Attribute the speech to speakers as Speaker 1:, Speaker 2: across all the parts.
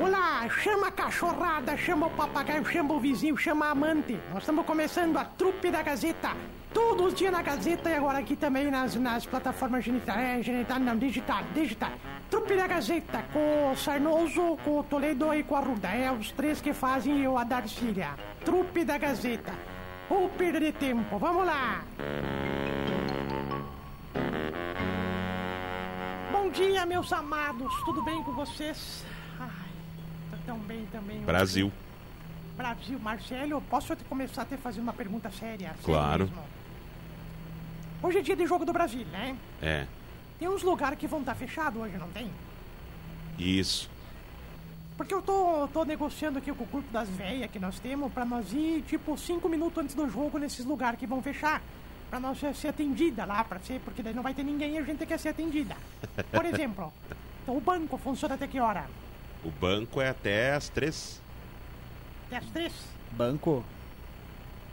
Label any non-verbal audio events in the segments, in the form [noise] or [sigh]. Speaker 1: Olá, chama a cachorrada, chama o papagaio, chama o vizinho, chama a amante. Nós estamos começando a trupe da Gazeta. Todos os dias na Gazeta e agora aqui também nas, nas plataformas genital, é, genital não, digital, digital. Trupe da Gazeta, com o Sarnoso, com o Toledo e com a Ruda. É os três que fazem eu a dar filha. Trupe da Gazeta. Ou perder tempo, vamos lá! Bom dia, meus amados, tudo bem com vocês? Ai, tô tão bem também. hoje.
Speaker 2: Brasil.
Speaker 1: Brasil, Marcelo, posso te começar a te fazer uma pergunta séria? Sério
Speaker 2: Claro.
Speaker 1: mesmo? Hoje é dia de jogo do Brasil, né?
Speaker 2: É.
Speaker 1: Tem uns lugares que vão estar fechados hoje, não tem?
Speaker 2: Isso.
Speaker 1: Porque eu tô, tô negociando aqui com o grupo das velhas que nós temos pra nós ir, tipo, cinco minutos antes do jogo nesses lugares que vão fechar. Pra nós ser, ser atendida lá, pra ser, porque daí não vai ter ninguém e a gente quer ser atendida. Por exemplo, então o banco funciona até que hora?
Speaker 2: O banco é até as três.
Speaker 1: Até as três?
Speaker 3: Banco?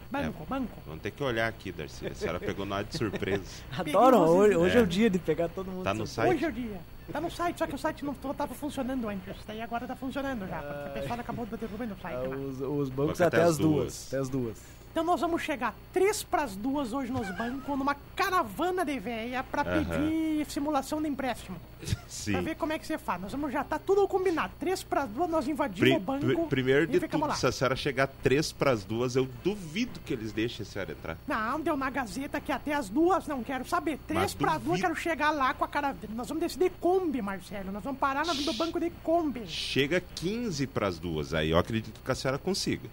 Speaker 1: Banco, banco.
Speaker 2: Vamos ter que olhar aqui, Darcy. A senhora pegou nada de
Speaker 1: [laughs]
Speaker 2: surpresa.
Speaker 3: Adoro,
Speaker 1: Perigoso,
Speaker 3: hoje, hoje é.
Speaker 2: É.
Speaker 3: o dia de pegar todo mundo.
Speaker 2: Tá no
Speaker 3: surpresa.
Speaker 2: site?
Speaker 1: Hoje é o dia. Tá no site, só que o site não tava funcionando antes. Daí agora tá funcionando já, porque o pessoal acabou de derrubando o site lá.
Speaker 3: Ah, Os, os bancos
Speaker 2: Banco
Speaker 3: até, as duas.
Speaker 2: duas.
Speaker 3: Até as duas.
Speaker 1: Então nós vamos chegar três pras duas hoje nos bancos, numa caravana de véia, pra
Speaker 2: Aham.
Speaker 1: pedir simulação de empréstimo. Pra
Speaker 2: Sim.
Speaker 1: ver como é que você faz. Nós vamos já tá tudo combinado. Três pras duas, nós invadimos
Speaker 2: Pri-
Speaker 1: o banco.
Speaker 2: pri- primeiro
Speaker 1: e
Speaker 2: de
Speaker 1: ficamos
Speaker 2: tudo,
Speaker 1: lá.
Speaker 2: se a senhora chegar três pras duas, eu duvido que eles deixem a senhora entrar.
Speaker 1: Não, deu na Gazeta que até as duas não quero saber. Três
Speaker 2: Mas
Speaker 1: pra duas,
Speaker 2: duvido.
Speaker 1: quero chegar lá com a cara. Nós vamos decidir Kombi, Marcelo. Nós vamos parar na do banco de Kombi.
Speaker 2: Chega 15 pras duas, aí eu acredito que a senhora consiga.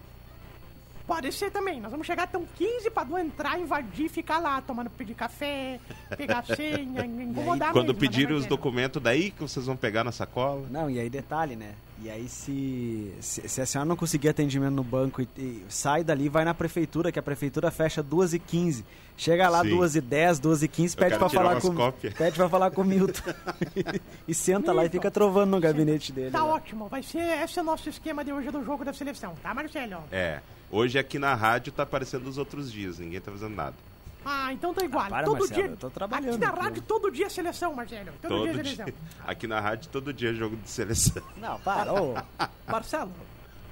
Speaker 1: Pode ser também. Nós vamos chegar então 15 pra duas entrar, invadir, ficar lá, tomando pedir café, pegar
Speaker 2: [laughs]
Speaker 1: senha, incomodar
Speaker 2: Quando
Speaker 1: mesmo,
Speaker 2: pedirem
Speaker 1: né,
Speaker 2: os
Speaker 1: Marcelo?
Speaker 2: documentos daí que vocês vão pegar na sacola.
Speaker 3: Não, e aí detalhe, né? E aí se, se, se a senhora não conseguir atendimento no banco e, e sai dali, vai na prefeitura, que a prefeitura fecha 2h15. Chega lá
Speaker 2: Sim.
Speaker 3: 2h10, 2h15, pede
Speaker 2: quero tirar
Speaker 3: pra, falar
Speaker 2: umas
Speaker 3: com,
Speaker 2: cópias.
Speaker 3: pede pra falar com
Speaker 2: [laughs]
Speaker 3: o Milton. e senta lá e
Speaker 1: Milton.
Speaker 3: fica trovando no gabinete dele.
Speaker 1: Tá
Speaker 3: né?
Speaker 1: ótimo. Vai ser esse é o nosso esquema de hoje do jogo da seleção, tá, Marcelo?
Speaker 2: É. Hoje aqui na rádio tá aparecendo os outros dias, ninguém tá fazendo nada.
Speaker 1: Ah, então tá igual.
Speaker 3: Ah, para,
Speaker 1: todo
Speaker 3: Marcelo,
Speaker 1: dia.
Speaker 3: eu tô trabalhando
Speaker 1: Aqui na
Speaker 3: aqui,
Speaker 1: rádio, todo dia é seleção, Marcelo. Todo, dia é
Speaker 2: Todo
Speaker 1: seleção.
Speaker 2: dia. [laughs] Aqui na rádio, todo dia é jogo de seleção.
Speaker 4: Não, para, ô. Marcelo,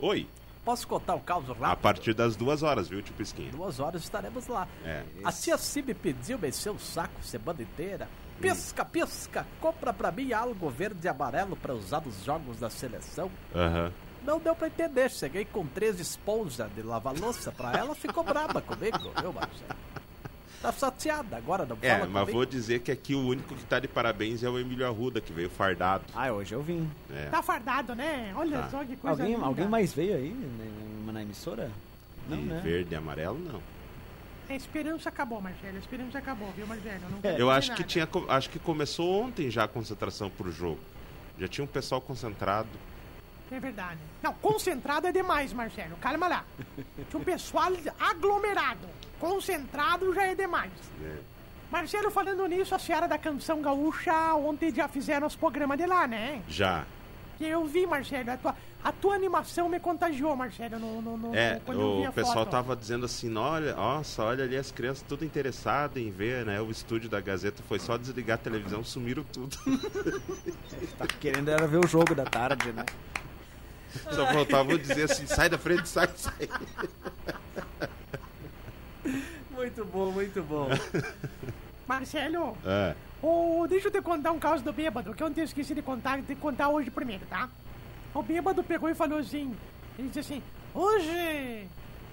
Speaker 2: Oi,
Speaker 4: Tá, posso contar um caos rápido?
Speaker 2: a partir das duas horas, viu, tio Pisquinha?
Speaker 4: Duas horas estaremos lá.
Speaker 2: É.
Speaker 4: A tia Cib pediu mexer o saco semana inteira. Pisca, pisca, compra pra mim algo verde e amarelo pra usar nos jogos da seleção.
Speaker 2: Aham.
Speaker 4: Não deu pra entender, cheguei com três esponjas de lavar louça pra ela, ficou braba comigo, viu, Marcelo? Tá chateada agora, não
Speaker 2: É,
Speaker 4: fala
Speaker 2: mas
Speaker 4: comigo.
Speaker 2: vou dizer que aqui o único que tá de parabéns é o Emílio Arruda, que veio fardado.
Speaker 3: Ah, hoje eu vim.
Speaker 2: É.
Speaker 1: Tá fardado, né? Olha
Speaker 2: Tá.
Speaker 1: só que coisa
Speaker 3: Alguém,
Speaker 1: linda.
Speaker 3: alguém mais veio aí né, na, na emissora? Não,
Speaker 2: e
Speaker 3: né?
Speaker 2: verde e amarelo, não.
Speaker 1: A esperança acabou, Marcelo. A esperança acabou, viu, Marcelo? É, Não quero
Speaker 2: Eu
Speaker 1: dizer
Speaker 2: acho que
Speaker 1: nada.
Speaker 2: tinha. co- Acho que começou ontem já a concentração pro jogo. Já tinha um pessoal concentrado.
Speaker 1: É verdade. Não, concentrado é demais, Marcelo. Calma lá. Tinha um pessoal aglomerado. Concentrado já é demais.
Speaker 2: né?
Speaker 1: Marcelo, falando nisso, a Seara da Canção Gaúcha ontem já fizeram os programas de lá, né?
Speaker 2: Já.
Speaker 1: Que eu vi, Marcelo. A tua, a tua animação me contagiou, Marcelo, no, no, no-
Speaker 2: É,
Speaker 1: quando eu vi a
Speaker 2: o pessoal
Speaker 1: foto.
Speaker 2: tava dizendo assim, "Não, olha, nossa, olha ali as crianças tudo interessadas em ver, né? O estúdio da Gazeta foi só desligar a televisão, sumiram tudo. [laughs]
Speaker 3: Tá querendo era ver o jogo da tarde, né?
Speaker 2: Só faltava dizer assim, sai da frente, sai, sai.
Speaker 4: Muito bom, muito [laughs] bom.
Speaker 1: Marcelo,
Speaker 2: É.
Speaker 1: ô, deixa eu te contar um caso do bêbado, que eu ontem eu esqueci de contar, de contar hoje primeiro, tá? O bêbado pegou e falou assim, ele disse assim, hoje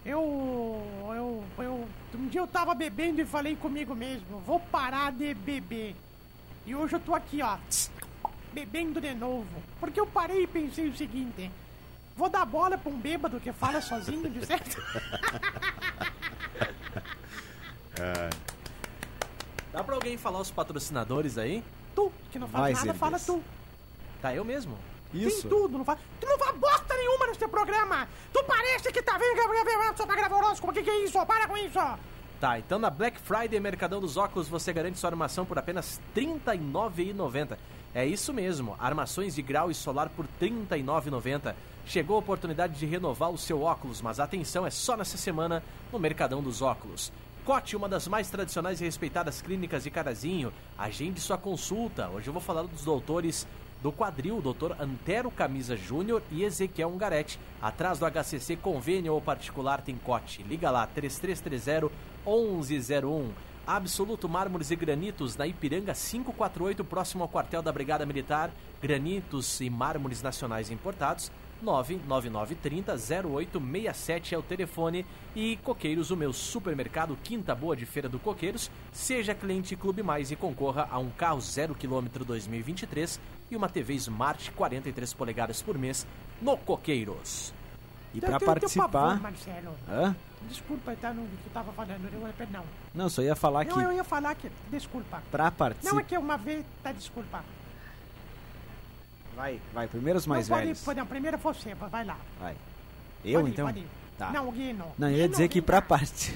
Speaker 1: eu, eu, eu, um dia eu tava bebendo e falei comigo mesmo, vou parar de beber. E hoje eu tô aqui, ó, bebendo de novo. Porque eu parei e pensei o seguinte, vou dar bola pra um bêbado que fala sozinho, de certo?
Speaker 4: Dá pra alguém falar os patrocinadores aí?
Speaker 1: Tu, que não faz
Speaker 3: Vai,
Speaker 1: nada,
Speaker 3: Zildes.
Speaker 1: fala tu.
Speaker 4: Tá eu mesmo.
Speaker 3: Isso.
Speaker 1: Tem tudo, não faz. Tu não faz bosta nenhuma nesse teu programa! Tu parece que tá vendo só pra gravar horóscopo, o que, que é isso? Para com isso!
Speaker 4: Tá, então na Black Friday Mercadão dos Óculos você garante sua armação por apenas R$ 39,90. É isso mesmo, armações de grau e solar por R$ 39,90. Chegou a oportunidade de renovar o seu óculos, mas atenção, é só nessa semana no Mercadão dos Óculos. Cote, uma das mais tradicionais e respeitadas clínicas de Carazinho, agende sua consulta. Hoje eu vou falar dos doutores do quadril Dr. Antero Camisa Júnior e Ezequiel Ungaretti. Atrás do HCC Convênio ou Particular tem Cote. Liga lá, 3330 1101. Absoluto Mármores e Granitos na Ipiranga 548, próximo ao quartel da Brigada Militar. Granitos e mármores nacionais importados. 99930-0867 é o telefone. E Coqueiros, o meu supermercado, quinta boa de feira do Coqueiros. Seja cliente Clube Mais e concorra a um carro 0km 2023 e uma TV Smart 43 polegadas por mês no Coqueiros.
Speaker 3: E
Speaker 1: Teu-
Speaker 3: pra
Speaker 1: teu- teu pavor,
Speaker 3: participar.
Speaker 1: Marcelo.
Speaker 3: Hã?
Speaker 1: Desculpa, tá no que tu tava falando, eu eu- perdão.
Speaker 3: Não, só ia falar que
Speaker 1: Não, eu ia falar que. Desculpa.
Speaker 3: pra
Speaker 1: Não, é
Speaker 3: participar.
Speaker 1: que uma vez. Tá, desculpa.
Speaker 3: Vai, vai, primeiro os mais
Speaker 1: não pode,
Speaker 3: velhos.
Speaker 1: pode, não, primeiro é você, vai lá.
Speaker 3: Vai. Eu
Speaker 1: Pode ir,
Speaker 3: então?
Speaker 1: pode ir.
Speaker 3: Tá.
Speaker 1: Não, Guino.
Speaker 3: Não, eu ia
Speaker 1: Guino,
Speaker 3: dizer que
Speaker 1: vem
Speaker 3: pra,
Speaker 1: cá.
Speaker 3: parte...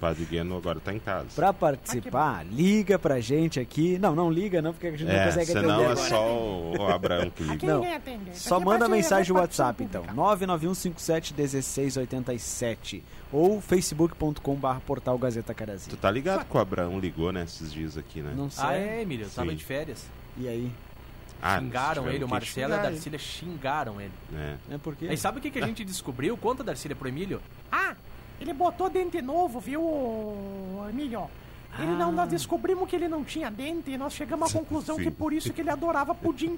Speaker 2: Padre Gueno agora tá em casa.
Speaker 3: pra participar, liga pra gente aqui. Não, não liga não, porque a gente não
Speaker 2: É,
Speaker 3: consegue atender
Speaker 2: senão é
Speaker 3: agora.
Speaker 2: só o, o Abraão que liga.
Speaker 1: Aqui
Speaker 3: Não.
Speaker 1: ninguém atende. Isso
Speaker 3: Só
Speaker 1: É, aqui vai
Speaker 3: manda
Speaker 1: ser
Speaker 3: mensagem no
Speaker 1: repartição
Speaker 3: WhatsApp, então.
Speaker 1: pública.
Speaker 3: 991571687 ou facebook.com.br portal Gazeta
Speaker 2: Tu
Speaker 3: Carazinho.
Speaker 2: tá ligado que o Abraão ligou, né, esses dias aqui, né?
Speaker 3: Não
Speaker 4: Ah,
Speaker 3: sei.
Speaker 4: é, Emílio, eu tava
Speaker 2: Sim.
Speaker 4: de férias.
Speaker 3: E aí?
Speaker 2: Ah,
Speaker 4: xingaram
Speaker 2: tiveram
Speaker 4: ele, o
Speaker 3: um
Speaker 2: que
Speaker 4: Marcelo e a
Speaker 2: xingar ele.
Speaker 4: Darcília xingaram ele.
Speaker 2: É.
Speaker 3: É porque...
Speaker 4: Aí sabe o que, que a gente descobriu? Conta, Darcília, pro Emílio.
Speaker 1: Ah, ele botou dente novo, viu, Emílio? Ele não, nós descobrimos que ele não tinha dente e nós chegamos à conclusão
Speaker 2: Ah. sim.
Speaker 1: que por isso que ele adorava pudim.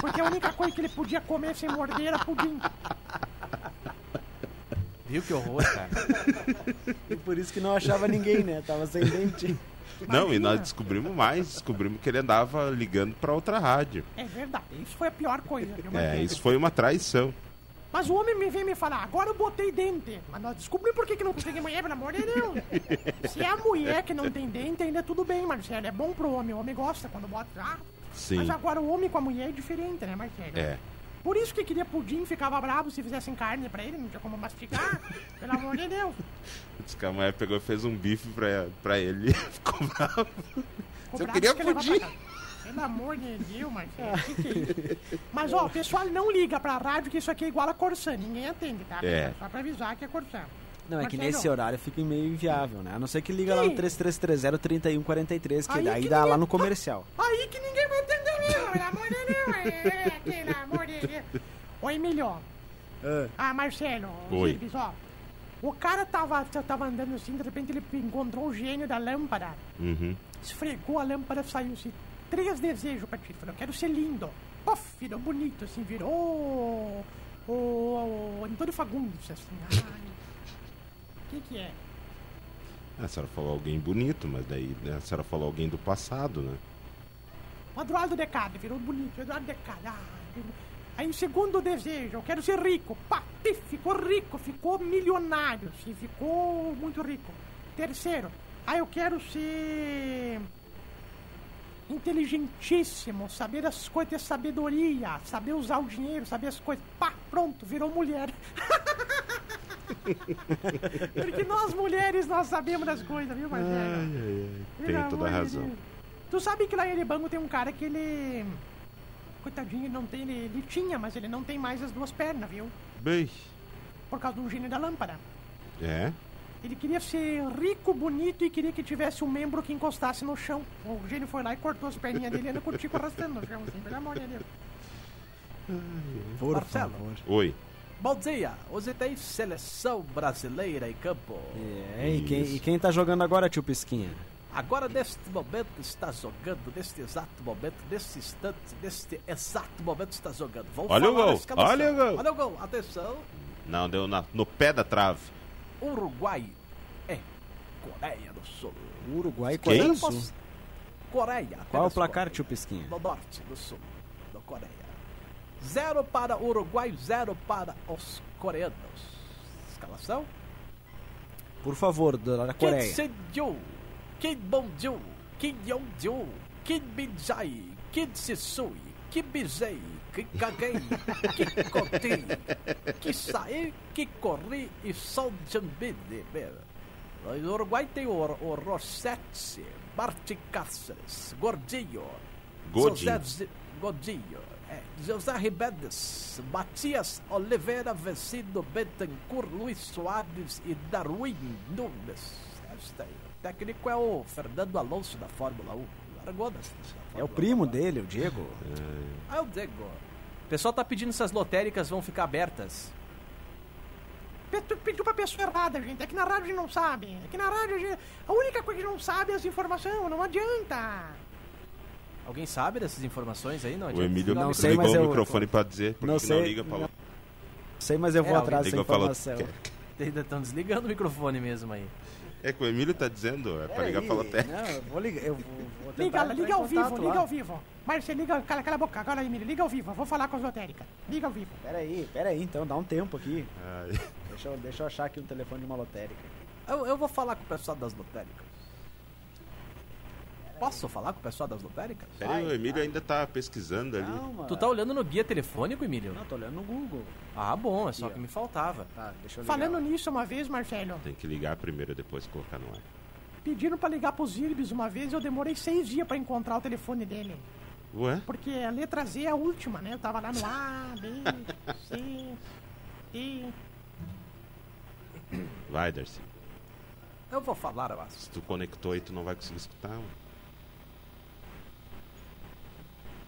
Speaker 1: Porque a única coisa que ele podia comer sem morder era pudim.
Speaker 4: Viu que horror, cara?
Speaker 3: E [laughs] por isso que não achava ninguém, né? Tava sem dente.
Speaker 2: Não, e
Speaker 1: Imagina.
Speaker 2: nós descobrimos mais, descobrimos que ele andava ligando pra outra rádio.
Speaker 1: É verdade, isso foi a pior coisa. viu,
Speaker 2: É,
Speaker 1: Marcelo?
Speaker 2: isso foi uma traição.
Speaker 1: Mas o homem me vem me falar, agora eu botei dente. Mas nós descobrimos por que, que não consegui mulher, pelo amor de Deus. Se é a mulher que não tem dente, ainda tudo bem, Marcelo. É bom pro homem, o homem gosta quando bota já.
Speaker 2: Sim.
Speaker 1: Mas agora o homem com a mulher é diferente, né, Marcelo?
Speaker 2: É.
Speaker 1: Por isso que queria pudim, ficava bravo se fizessem carne pra ele, não tinha como mastigar. pelo amor de
Speaker 2: [laughs]
Speaker 1: Deus.
Speaker 2: Diz que a mulher pegou e fez um bife pra, pra ele. [laughs] Ficou
Speaker 1: Ficou
Speaker 2: bravo. Eu
Speaker 1: bravo,
Speaker 2: queria
Speaker 1: disse que levava
Speaker 2: pudim.
Speaker 1: pra casa. Pelo amor de Deus, Marcelo. que que é isso? Mas, ó, pessoal, não liga pra rádio que isso aqui é igual a Corsan. Ninguém atende, tá?
Speaker 2: É.
Speaker 1: Só pra avisar que é Corsan.
Speaker 3: Não, é que
Speaker 1: Marcelo.
Speaker 3: nesse horário fica meio inviável, né? A não ser que liga lá no
Speaker 1: Sim.
Speaker 3: 3330-3143, que
Speaker 1: Aí é
Speaker 3: daí
Speaker 1: que
Speaker 3: dá lá
Speaker 1: ninguém- [laughs]
Speaker 3: no comercial.
Speaker 1: Aí que ninguém vai entender mesmo, pelo amor de Deus. é, é, Pelo amor de Deus. Oi, melhor. Ah, Marcelo.
Speaker 2: Oi.
Speaker 1: Silves, ó. O cara tava, tava andando assim, de repente ele encontrou o gênio da lâmpada.
Speaker 2: Uhum.
Speaker 1: Esfregou a lâmpada, saiu assim. Três desejos pra ti. Ele Falou, quero ser lindo. Puff, virou bonito, assim, virou. O, o, o Antônio Fagundes, assim. Ai. O que que é?
Speaker 2: A senhora falou alguém bonito, mas daí né, a senhora falou alguém do passado, né?
Speaker 1: O Eduardo Decade, virou bonito, Eduardo Decade. Ah, aí o segundo desejo, eu quero ser rico. Pá, pif, ficou rico, ficou milionário, assim, ficou muito rico. Terceiro, ah, eu quero ser inteligentíssimo, saber as coisas, ter sabedoria, saber usar o dinheiro, saber as coisas. Pá, pronto, virou mulher. [laughs] Porque nós mulheres, nós sabemos das coisas, viu, Marcelo? Pelo
Speaker 2: Tem toda
Speaker 1: amor
Speaker 2: a
Speaker 1: de
Speaker 2: razão.
Speaker 1: Deus. Tu sabe que lá em Erebango tem um cara que ele. Coitadinho, ele não tem. Ele, ele tinha, mas ele não tem mais as duas pernas, viu?
Speaker 2: Bem,
Speaker 1: Por causa do gênio da lâmpada.
Speaker 2: é.
Speaker 1: Ele queria ser rico, bonito e queria que tivesse um membro que encostasse no chão. O gênio foi lá e cortou as perninhas dele e anda com o tico arrastando no chão, assim, pelo amor de Deus.
Speaker 3: [laughs] Por
Speaker 4: Marcelo.
Speaker 3: favor.
Speaker 2: Oi.
Speaker 4: Bom dia, hoje tem seleção brasileira em campo.
Speaker 3: É, e quem,
Speaker 2: Isso.
Speaker 3: e quem tá jogando agora, tio Pisquinha?
Speaker 4: Agora, neste momento, está jogando, neste exato momento, neste instante, neste exato momento, está jogando. Vamos
Speaker 2: Olha o
Speaker 4: falar a
Speaker 2: gol,
Speaker 4: escalação.
Speaker 2: olha o gol.
Speaker 4: Olha o gol, atenção.
Speaker 2: Não, deu na- no pé da trave.
Speaker 4: Uruguai é Coreia do Sul.
Speaker 3: Uruguai e
Speaker 2: Quem?
Speaker 3: Coreia do
Speaker 4: Campos,
Speaker 3: Sul.
Speaker 4: Coreia.
Speaker 3: Qual é o
Speaker 4: apenas
Speaker 3: placar,
Speaker 4: Coreia.
Speaker 3: tio Pisquinha?
Speaker 4: No norte, do sul, da Coreia. Zero para o Uruguai, zero para os coreanos. Escalação?
Speaker 3: Por favor, da
Speaker 4: Kim
Speaker 3: Coreia.
Speaker 4: Se-ju, Kim Bong-ju, Kim Yong-ju, Kim Min-jai, Kim Sisui, Kim Bijei, Kim Kagei, Kim Koti, Kim Sae, Kim Corri e Son Jambin. No Uruguai tem o, o Rossetti, Martin Cáceres, Gordinho, José
Speaker 2: Godinho.
Speaker 4: Z- Godinho. É, José Ribedes, Matias Oliveira, Vecino Betancourt, Luiz Soares e Darwin Nunes. Esta aí. O técnico é o Fernando Alonso da Fórmula 1. Largou da...
Speaker 3: É o primo dele, o Diego.
Speaker 2: É,
Speaker 4: Ah, eu digo. O pessoal tá pedindo se as lotéricas vão ficar abertas.
Speaker 1: Pe- tu Pediu pra pessoa errada, gente. Aqui na rádio a gente não sabe. Aqui na rádio a, gente... a única coisa que não sabe é as informações, não adianta.
Speaker 4: Alguém sabe dessas informações aí? Não,
Speaker 2: O
Speaker 4: adianta.
Speaker 2: Emílio
Speaker 3: Não
Speaker 2: não né?
Speaker 3: sei,
Speaker 2: ligou
Speaker 3: mas eu-
Speaker 2: o microfone pra dizer, porque
Speaker 3: Não
Speaker 2: não,
Speaker 3: sei,
Speaker 2: liga pra
Speaker 3: não.
Speaker 2: lá.
Speaker 3: Sei, mas eu vou
Speaker 4: É,
Speaker 3: atrás dessa
Speaker 2: Liga pra lá.
Speaker 3: informação.
Speaker 4: Ainda estão desligando o microfone mesmo aí.
Speaker 2: É que o Emílio tá dizendo, é pra ligar pra Lotéria.
Speaker 3: Não, eu vou ligar. Eu vou, vou tentar
Speaker 1: Liga,
Speaker 3: entrar em
Speaker 1: liga ao vivo,
Speaker 3: contato
Speaker 1: liga
Speaker 3: lá.
Speaker 1: ao vivo. Márcia, liga, cala, cala a boca. Agora, Emílio, liga ao vivo. Eu vou falar com as lotéricas. Liga ao vivo.
Speaker 3: Pera aí, pera aí, então, dá um tempo aqui.
Speaker 2: Ai, [laughs]
Speaker 3: Deixa eu, deixa eu achar aqui o telefone de uma lotérica.
Speaker 4: Eu, eu vou falar com o pessoal das lotéricas. Posso falar com o pessoal das lotéricas?
Speaker 2: peraí, o Emílio ainda tá pesquisando ali.
Speaker 3: Calma.
Speaker 4: Tu tá olhando no guia telefônico, Emílio?
Speaker 3: Não, tô olhando no Google.
Speaker 4: Ah, bom, é só o que me faltava.
Speaker 3: Tá, deixa eu ligar.
Speaker 1: Falando nisso uma vez, Marcelo,
Speaker 2: Tem que ligar primeiro, depois colocar no ar.
Speaker 1: pediram pra ligar pros Irbis uma vez eu demorei seis dias pra encontrar o telefone dele.
Speaker 2: Ué?
Speaker 1: Porque a letra Z é a última, né? Eu tava lá no A, B, C, D.
Speaker 2: Vai, Darcy.
Speaker 4: Eu vou falar, eu acho.
Speaker 2: Se tu conectou aí, tu não vai conseguir escutar. mano.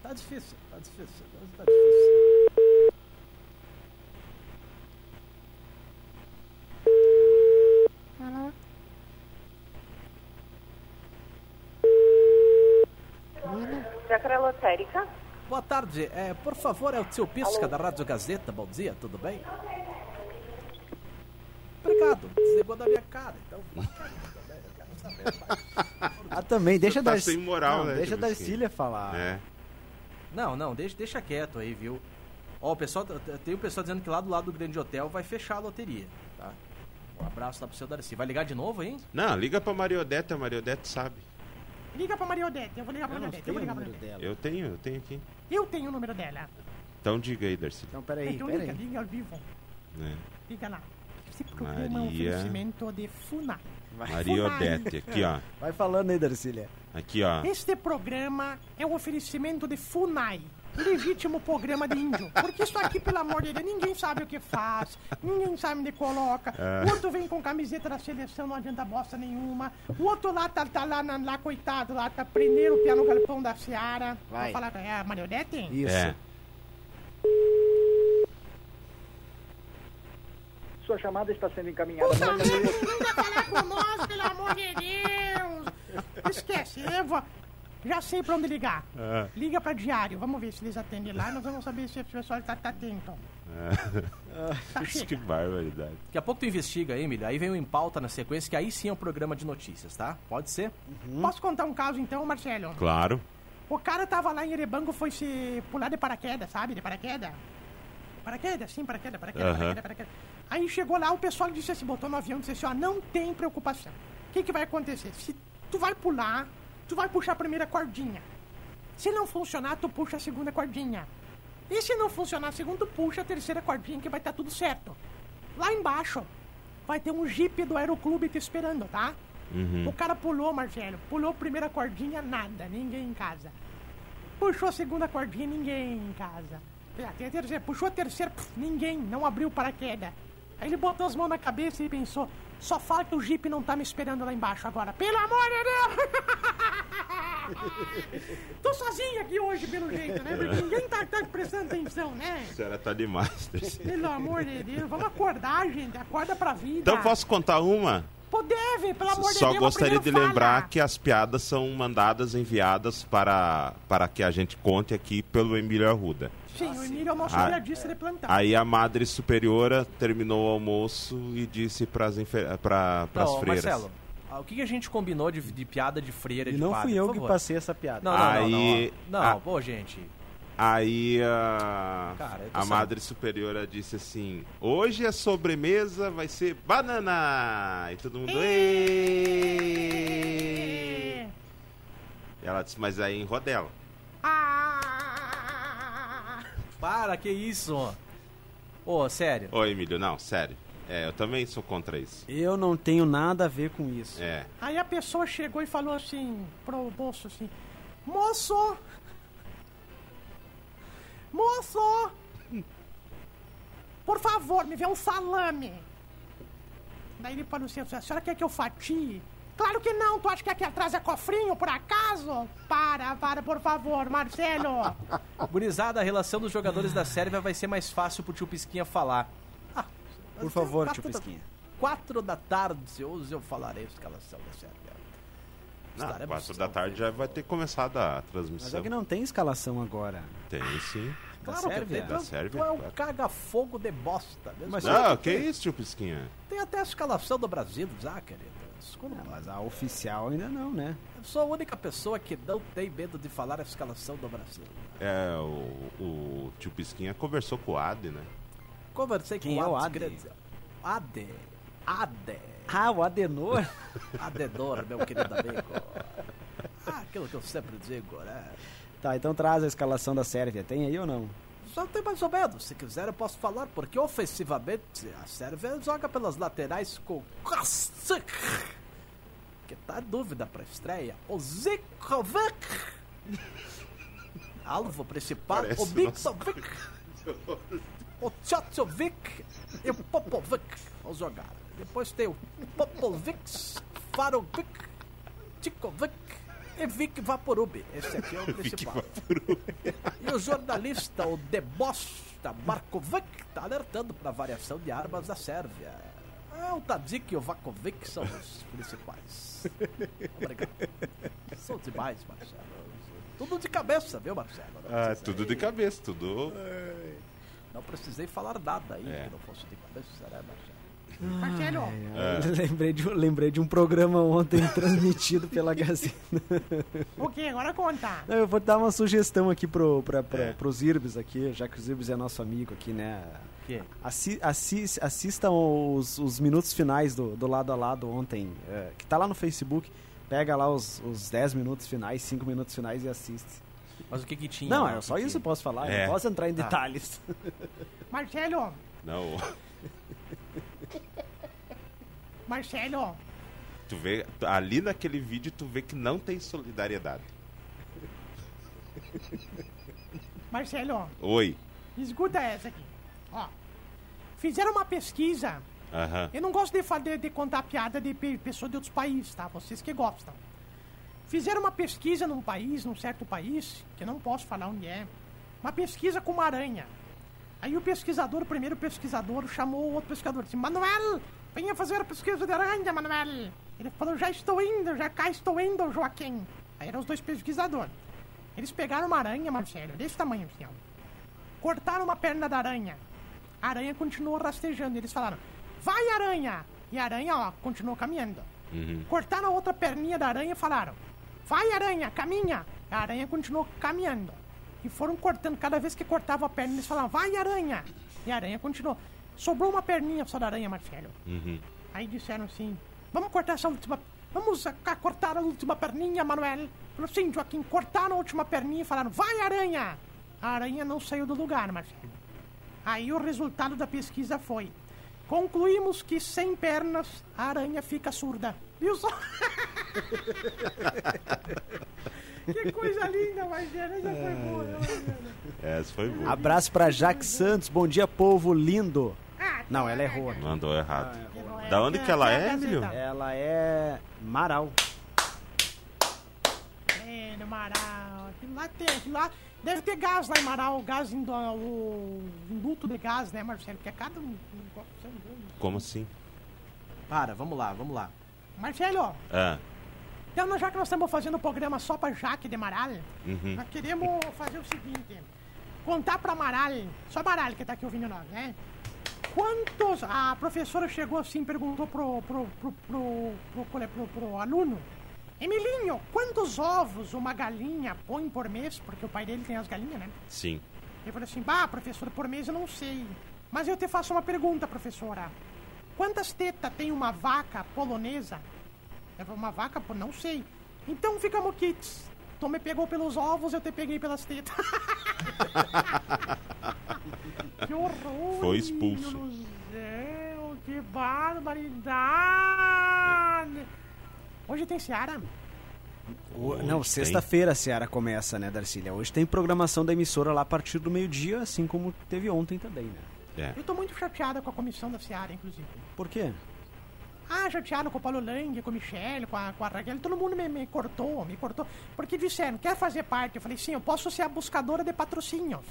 Speaker 4: Tá difícil, tá difícil, tá difícil.
Speaker 5: Chácara lotérica?
Speaker 4: Boa tarde, é, por favor, é o tio Pisca da Rádio Gazeta. Bom dia, tudo bem? Obrigado, desligou da minha cara, então.
Speaker 3: Ah, também, deixa
Speaker 2: tá
Speaker 3: a
Speaker 2: sem moral,
Speaker 3: Não,
Speaker 2: né,
Speaker 3: Deixa a
Speaker 2: tipo assim.
Speaker 3: Darcília falar.
Speaker 2: É.
Speaker 4: Não, não, deixa, deixa quieto aí, viu? Ó, o pessoal, t- t- tem o pessoal dizendo que lá do lado do Grande Hotel vai fechar a loteria, tá? Um abraço lá pro seu Darcy. Vai ligar de novo, hein?
Speaker 2: Não, liga pra Mariodete, a Mariodete sabe.
Speaker 1: Liga pra Maria Odete, eu vou ligar pra
Speaker 3: Eu
Speaker 1: Maria
Speaker 3: não
Speaker 1: Odete, eu
Speaker 3: tenho
Speaker 1: vou
Speaker 3: o
Speaker 1: ligar pra
Speaker 3: número
Speaker 1: Maria Odete.
Speaker 3: dela.
Speaker 2: Eu tenho, eu tenho aqui.
Speaker 1: Eu tenho o número dela.
Speaker 2: Então diga aí, Darcy.
Speaker 3: Então, pera aí,
Speaker 1: Então
Speaker 3: pera
Speaker 1: liga,
Speaker 3: aí.
Speaker 1: liga ao vivo.
Speaker 2: Né?
Speaker 1: Liga lá. Esse programa é um
Speaker 2: Maria-
Speaker 1: oferecimento de FUNAI.
Speaker 2: Mariodete, aqui ó.
Speaker 3: Vai falando aí, Darcília.
Speaker 2: Aqui ó.
Speaker 1: Este programa é um oferecimento de FUNAI, legítimo programa de índio. Porque isso aqui, pelo amor de Deus, ninguém sabe o que faz, ninguém sabe onde coloca. O outro vem com camiseta da seleção, não adianta bosta nenhuma. O outro lá tá, tá lá, na- lá, coitado, lá tá prendendo o pé no galpão da Seara.
Speaker 3: Vai.
Speaker 1: Vou falar com é a Marionete?
Speaker 3: Isso.
Speaker 2: É.
Speaker 6: Sua chamada está sendo encaminhada.
Speaker 1: Puta merda, manda falar com nós, pelo amor de Deus! Esquece, eu vou... Já sei pra onde ligar. Liga pra diário, vamos ver se eles atendem lá. Nós vamos saber se o pessoal tá, tá atento. Tá
Speaker 2: [laughs] Isso
Speaker 1: chega.
Speaker 2: que barbaridade.
Speaker 4: Daqui a pouco tu investiga aí, Emílio. Aí vem o Em Pauta na sequência, que aí sim é um programa de notícias, tá? Pode ser?
Speaker 1: Posso contar um caso então, Marcelo?
Speaker 2: Claro.
Speaker 1: O cara tava lá em Erebango, foi se pular de paraquedas, sabe? De paraquedas. Paraquedas, sim, paraquedas, paraquedas,
Speaker 2: Aham.
Speaker 1: paraquedas, paraquedas. Aí chegou lá, o pessoal disse assim, botou no avião, disse assim, ó, não tem preocupação. O que que vai acontecer? Se tu vai pular, tu vai puxar a primeira cordinha. Se não funcionar, tu puxa a segunda cordinha. E se não funcionar a segunda, tu puxa a terceira cordinha que vai estar tudo certo. Lá embaixo vai ter um jipe do aeroclube te esperando, tá?
Speaker 2: Uhum.
Speaker 1: O cara pulou, Marcelo. Pulou a primeira cordinha, nada. Ninguém em casa. Puxou a segunda cordinha, ninguém em casa. É, tem a terceira. Puxou a terceira, pff, ninguém. Não abriu o paraquedas. Aí ele botou as mãos na cabeça e pensou: só falta o jipe não tá me esperando lá embaixo agora. Pelo amor de Deus! [laughs] Tô sozinho aqui hoje, pelo jeito, né? Porque ninguém tá, tá prestando atenção, né?
Speaker 2: A senhora tá demais, Darcy.
Speaker 1: Pelo amor de Deus, vamos acordar, gente. Acorda pra vida.
Speaker 2: Então posso contar uma?
Speaker 1: Pô, deve, Tá. pelo amor de
Speaker 2: Só
Speaker 1: Deus.
Speaker 2: gostaria de
Speaker 1: primeiro
Speaker 2: lembrar
Speaker 1: fala.
Speaker 2: que as piadas são mandadas, enviadas para, para que a gente conte aqui pelo Emílio Arruda.
Speaker 1: Sim, o Emílio é o nosso
Speaker 2: Ah,
Speaker 1: piadista de plantão.
Speaker 2: Aí a madre superiora terminou o almoço e disse para as
Speaker 4: ó,
Speaker 2: freiras.
Speaker 4: Marcelo, ah, o que que a gente combinou de, de piada de freira
Speaker 3: E
Speaker 4: de
Speaker 3: não
Speaker 4: padre,
Speaker 3: fui eu
Speaker 4: por
Speaker 3: que
Speaker 4: favor?
Speaker 3: passei essa piada. Ah,
Speaker 4: Não, não,
Speaker 2: Aí-
Speaker 4: não, não. Não,
Speaker 2: Ah.
Speaker 4: pô, gente.
Speaker 2: Aí a,
Speaker 4: Cara, eu tô
Speaker 2: a
Speaker 4: sabendo.
Speaker 2: madre superiora disse assim: Hoje a sobremesa vai ser banana! E todo mundo. "Ê!" Ela disse, mas aí em rodela.
Speaker 1: Ah!
Speaker 4: Para, que isso? Ô, sério.
Speaker 2: Ô Emílio, não, sério. É, eu também sou contra isso.
Speaker 3: Eu não tenho nada a ver com isso.
Speaker 2: É.
Speaker 1: Aí a pessoa chegou e falou assim pro moço assim: Moço! Moço! Por favor, me vê um salame. Daí ele falou assim: A senhora quer que eu fatie? Claro que não, tu acha que aqui atrás é cofrinho, por acaso? Para, para, por favor,
Speaker 2: [laughs]
Speaker 1: Marcelo.
Speaker 4: Gurizada, a relação dos jogadores da Sérvia vai ser mais fácil pro tio Pisquinha falar. Ah,
Speaker 3: Por favor,
Speaker 4: quatro
Speaker 3: tio
Speaker 4: da-
Speaker 3: Pisquinha.
Speaker 4: Quatro da tarde, se hoje eu falarei a escalação da Sérvia.
Speaker 2: Não,
Speaker 4: Estaremos
Speaker 2: quatro da
Speaker 4: ao
Speaker 2: tarde
Speaker 4: vivo.
Speaker 2: já vai ter começado a
Speaker 3: é Mas
Speaker 2: transmissão.
Speaker 3: é que não tem escalação agora.
Speaker 2: Tem sim.
Speaker 3: Da
Speaker 4: Claro que
Speaker 3: Sérvia?
Speaker 4: tem,
Speaker 2: Da
Speaker 4: tu-
Speaker 2: Sérvia,
Speaker 4: tu é um
Speaker 2: claro.
Speaker 4: caga-fogo de bosta. Mesmo.
Speaker 3: Mas-
Speaker 2: Não, que isso, tio Pisquinha?
Speaker 4: Tem até a escalação do Brasil já, querido. Desculpa,
Speaker 3: Ah,
Speaker 4: mas
Speaker 3: mas a oficial ainda não, né?
Speaker 4: eu sou a única pessoa que não tem medo de falar a escalação do Brasil.
Speaker 2: É, o, o tio Pisquinha conversou com o Ade, né?
Speaker 4: Conversei
Speaker 3: Quem
Speaker 4: com
Speaker 3: é o
Speaker 4: Ades
Speaker 3: Ade?
Speaker 4: Grandes. Ade. Ade.
Speaker 3: Ah, o Adenor.
Speaker 4: Adenor, meu querido amigo. Ah, aquilo que eu sempre digo, né?
Speaker 3: [laughs] tá, então traz a escalação da Sérvia. Tem aí ou não?
Speaker 4: Só tem mais ou menos. Se quiser, eu posso falar, porque ofensivamente a Sérvia joga pelas laterais com Kostic, que tá em dúvida pra estreia. O Zikovic, alvo principal,
Speaker 2: Parece
Speaker 4: o Miksovic, o Tchotchovic e o Popovic vão jogar. Depois tem o Popovic, Farovic, Tikovic e Vic Vaporub. Esse aqui é o principal. E o jornalista, o debosta Markovic, tá alertando pra variação de armas da Sérvia. Ah, o Tadic e o Vakovic são os principais. Obrigado. São demais, Marcelo. Tudo de cabeça, viu, Marcelo? Não
Speaker 2: Ah,
Speaker 4: precisei-
Speaker 2: tudo de cabeça, tudo.
Speaker 4: Não precisei falar nada aí
Speaker 2: É.
Speaker 4: que não fosse de cabeça, né, Marcelo?
Speaker 1: Marcelo,
Speaker 3: É, eu [laughs] Lembrei, de, um- lembrei de um programa ontem [laughs] transmitido pela Gazeta.
Speaker 1: o que? Agora conta.
Speaker 3: Não, eu vou dar uma sugestão aqui pro, pra, pra,
Speaker 2: É.
Speaker 3: pros Irbes aqui, já que os Irbes é nosso amigo aqui, né?
Speaker 4: Que?
Speaker 3: Assi- assis- assistam os, os minutos finais do, do lado a lado ontem, é, que tá lá no Facebook. Pega lá os, os 10 minutos finais, 5 minutos finais e assiste.
Speaker 4: Mas o que que tinha?
Speaker 3: Não,
Speaker 4: lá?
Speaker 3: é
Speaker 4: O
Speaker 3: só
Speaker 4: que
Speaker 3: isso eu
Speaker 4: que-
Speaker 3: posso falar, eu
Speaker 2: É.
Speaker 3: não posso entrar em
Speaker 4: Tá.
Speaker 3: detalhes.
Speaker 1: Marcelo,
Speaker 2: Não, [laughs]
Speaker 1: Marcelo,
Speaker 2: tu vê, ali naquele vídeo tu vê que não tem solidariedade.
Speaker 1: Marcelo,
Speaker 2: Oi.
Speaker 1: escuta essa aqui. Ó, fizeram uma pesquisa.
Speaker 2: Aham.
Speaker 1: Eu não gosto de, fa- de, de contar piada de pe- pessoa de outros países, tá? Vocês que gostam. Fizeram uma pesquisa num país, num certo país, que eu não posso falar onde é. Uma pesquisa com uma aranha. Aí o pesquisador, o primeiro pesquisador, chamou o outro pesquisador e disse: Manuel, venha fazer a pesquisa de aranha, Manuel. Ele falou: Já estou indo, já cá estou indo, Joaquim. Aí eram os dois pesquisadores. Eles pegaram uma aranha, Marcelo, desse tamanho, assim, ó. Cortaram uma perna da aranha. A aranha continuou rastejando. Eles falaram: Vai, aranha! E a aranha, ó, continuou caminhando. Cortaram a outra perninha da aranha e falaram: Vai, aranha, caminha! A aranha continuou caminhando. E foram cortando, cada vez que cortava a perna, eles falavam: Vai, aranha! E a aranha continuou. Sobrou uma perninha só da aranha, Marcelo. Aí disseram assim: Vamos cortar essa última. Vamos a- a cortar a última perninha, Manuel. Falou assim, Joaquim, cortaram a última perninha e falaram: Vai, aranha! A aranha não saiu do lugar, Marcelo. Aí o resultado da pesquisa foi: concluímos que sem pernas a aranha fica surda. Viu só? [laughs] que coisa linda, mas essa foi boa. né, Marcelo?
Speaker 2: Essa É, foi boa.
Speaker 3: Abraço pra Jaque Santos, bom dia, povo lindo. Não, ela errou aqui.
Speaker 2: Mandou errado.
Speaker 3: Ah,
Speaker 1: errou.
Speaker 2: Da onde que ela é, Emílio?
Speaker 3: Ela é Marau.
Speaker 1: É, no Marau. Aquilo lá tem, aquilo lá. Deve ter gás lá em Marau, gás indo, o induto de gás, né, Marcelo? Porque é cada um.
Speaker 2: Como assim?
Speaker 4: Para, vamos lá, vamos lá.
Speaker 1: Marcelo,
Speaker 2: Ah,
Speaker 1: Então, nós- já que nós estamos fazendo o programa só para Jaque de Maral,
Speaker 2: Uhum.
Speaker 1: nós queremos fazer o seguinte: contar para Maral, só Maral que tá aqui ouvindo nós, né? Quantos. A professora chegou assim perguntou pro, pro, pro, pro, pro, pro, pro- pro aluno: Emilinho, quantos ovos uma galinha põe por mês? Porque o pai dele tem as galinhas, né?
Speaker 2: sim.
Speaker 1: Ele falou assim: Bah, professora, por mês eu não sei. Mas eu te faço uma pergunta, professora. Quantas tetas tem uma vaca polonesa? Eu falei, uma vaca, pô, não sei. Então ficamos kits. Tu me pegou pelos ovos, eu te peguei pelas tetas. [laughs] que horror!
Speaker 2: Foi expulso.
Speaker 1: meu Deus, que barbaridade! Hoje tem Seara?
Speaker 3: O-
Speaker 2: Hoje
Speaker 3: não,
Speaker 2: tem.
Speaker 3: sexta-feira a Seara começa, né, Darcília? Hoje tem programação da emissora lá a partir do meio-dia, assim como teve ontem também, né?
Speaker 2: É.
Speaker 1: Eu tô muito chateada com a comissão da Seara, inclusive.
Speaker 3: Por quê?
Speaker 1: Ah, chatearam com o Paulo Lang, com o Michele, com a, com a Raquel. Todo mundo me, me cortou, me cortou. Porque disseram, quer fazer parte? Eu falei, sim, eu posso ser a buscadora de patrocínios.